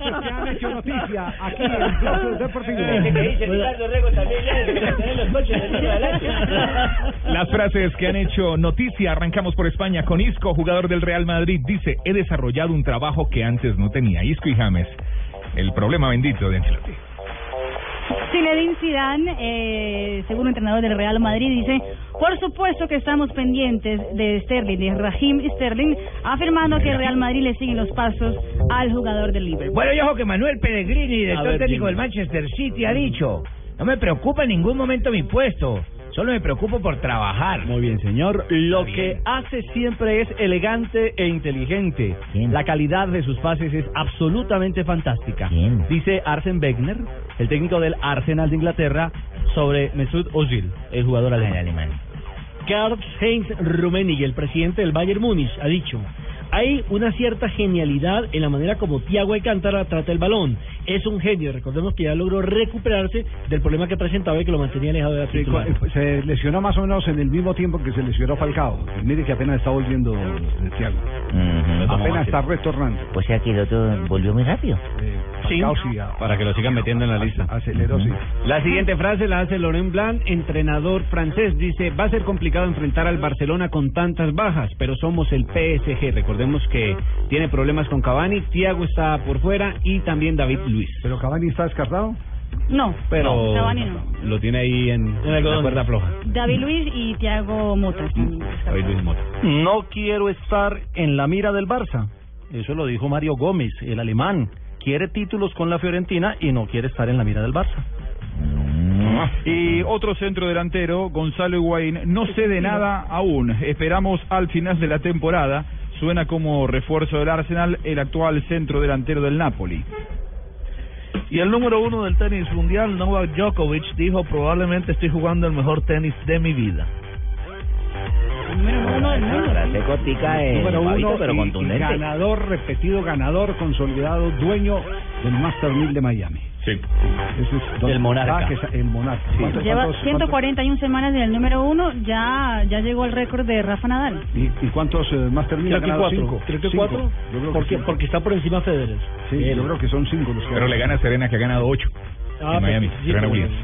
que han hecho noticia aquí en Bloques Que Deportivos. Ricardo Rego también ¿eh? le tener los coches del niño adelante. Las frases que han hecho noticia, arrancamos por España con Isco, jugador del Real Madrid, dice, he desarrollado un trabajo que antes no tenía, Isco y James. El problema bendito de Ancelotti. Zinedine Zidane, eh, según entrenador del Real Madrid, dice, por supuesto que estamos pendientes de Sterling, de Raheem Sterling, afirmando que el Real Madrid le sigue los pasos al jugador del Liverpool. Bueno, y ojo que Manuel Pellegrini, director ver, dime. técnico del Manchester City, ha dicho, no me preocupa en ningún momento mi puesto, solo me preocupo por trabajar. Muy bien, señor. Lo Está que bien. hace siempre es elegante e inteligente. Bien. La calidad de sus pases es absolutamente fantástica. Bien. Dice Arsen Wenger, el técnico del Arsenal de Inglaterra, sobre Mesut Özil, el jugador Ah, el alemán. alemán. Karl-Heinz Rummenigge, el presidente del Bayern Múnich, ha dicho, hay una cierta genialidad en la manera como Thiago Alcántara trata el balón. Es un genio. Recordemos que ya logró recuperarse del problema que presentaba y que lo mantenía alejado de la Sí, titular. cu- pues, Se lesionó más o menos en el mismo tiempo que se lesionó Falcao. Mire que apenas está volviendo eh, Thiago. Pues Apenas está retornando. O sea Pues que el otro volvió muy rápido. Eh, Sí. Falcao sí, a- Para que lo sigan metiendo en la lista. aceleró sí. La siguiente frase la hace Laurent Blanc, entrenador francés. Dice, va a ser complicado enfrentar al Barcelona con tantas bajas, pero somos el PSG. Recordemos que tiene problemas con Cavani, Thiago está por fuera y también David Luis. Pero Cavani está descartado. No, Pero Cavani no. lo tiene ahí en, en la cuerda floja. David Luis y Thiago Mota. están David descartados. Luis Mota. No quiero estar en la mira del Barça. Eso lo dijo Mario Gómez, el alemán. Quiere títulos con la Fiorentina y no quiere estar en la mira del Barça. Ah. Y otro centro delantero, Gonzalo Higuaín, no cede nada aún. Esperamos al final de la temporada. Suena como refuerzo del Arsenal el actual centro delantero del Napoli. Y el número uno del tenis mundial, Novak Djokovic, dijo probablemente estoy jugando el mejor tenis de mi vida. Número uno del mundo. Frase cortica Eh, es Número uno pero y- y contundente. ganador, repetido ganador, consolidado, dueño del Master 1000 de Miami. Sí. Ese es don- El monarca. Ah, que es el monarca. ¿Cuántos- Lleva cuántos- 141 semanas en el número uno, ya, ya llegó el récord de Rafa Nadal. ¿Y, y cuántos eh, Master 1000 Creo ha que ganado? cuatro. Cinco. Creo que Cinco. cuatro. Yo creo que Porque, cinco. porque está por encima Federer. Sí, yo creo que son cinco los que Pero le gana a Serena que ha ganado ocho Ah, en Miami. pues, sí, le gana pero- Williams.